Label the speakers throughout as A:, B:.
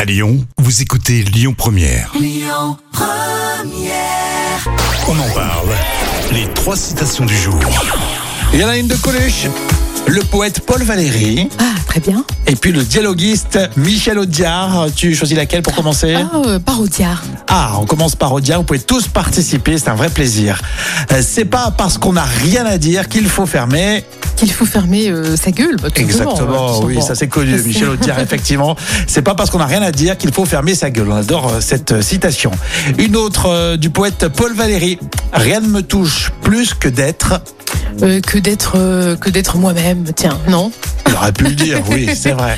A: À Lyon, vous écoutez Lyon Première. On en parle. Les trois citations du jour.
B: Il y en a une de Coluche, le poète Paul Valéry
C: Ah, très bien.
B: et puis le dialoguiste Michel Audiard. Tu choisis laquelle pour commencer
C: Ah, euh, Parodiard.
B: Ah, on commence par Audiard. Vous pouvez tous participer, c'est un vrai plaisir. Euh, C'est pas parce qu'on n'a rien à dire qu'il faut fermer.
C: Qu'il faut fermer euh, sa gueule. bah, tout simplement, hein,
B: Exactement,
C: tout
B: oui,
C: simplement.
B: ça c'est connu,
C: Ça, c'est-
B: Michel Audiard, effectivement. C'est pas parce qu'on n'a rien à dire qu'il faut fermer sa gueule. On adore euh, cette euh, citation. Une autre euh, du poète Paul Valéry. Rien ne me touche plus que d'être.
C: Euh, que d'être euh, que d'être moi-même. Tiens, non.
B: Il aurait pu le dire, oui, c'est vrai.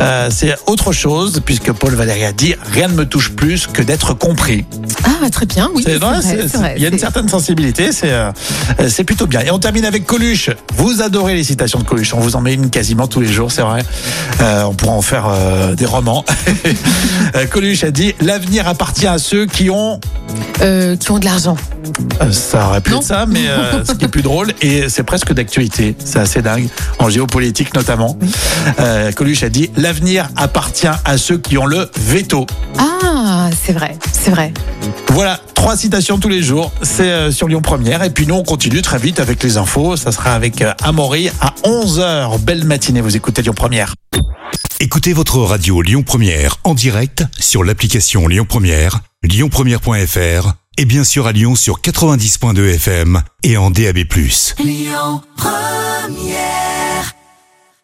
B: Euh, c'est autre chose, puisque Paul Valéry a dit Rien ne me touche plus que d'être compris.
C: Ah, très bien. Oui,
B: C'est
C: c'est
B: vrai,
C: vrai,
B: c'est-
C: c'est vrai,
B: il y a une
C: c'est-
B: certaine sensibilité, c'est euh, euh, c'est plutôt bien. Et on termine avec Coluche. Vous adorez les citations de Coluche, on vous en met une quasiment tous les jours, c'est vrai. Euh, on pourra en faire euh, des romans. Euh, Coluche a dit L'avenir appartient à ceux qui ont.
C: euh, qui ont de l'argent.
B: Euh, Ça aurait pu
C: Non.
B: être ça, mais euh, ce qui est plus drôle, et c'est presque d'actualité, c'est assez dingue, en géopolitique notamment. Euh, Coluche a dit L'avenir appartient à ceux qui ont le veto.
C: Ah, c'est vrai, c'est vrai.
B: Voilà, trois citations tous les jours. C'est euh, sur Lyon Première. Et puis nous, on continue très vite avec les infos. Ça sera avec euh, Amaury à 11h. Belle matinée, vous écoutez Lyon Première.
A: Écoutez votre radio Lyon Première en direct sur l'application Lyon Première, lyonpremière.fr et bien sûr à Lyon sur 90.2 FM et en DAB+.
D: Lyon Première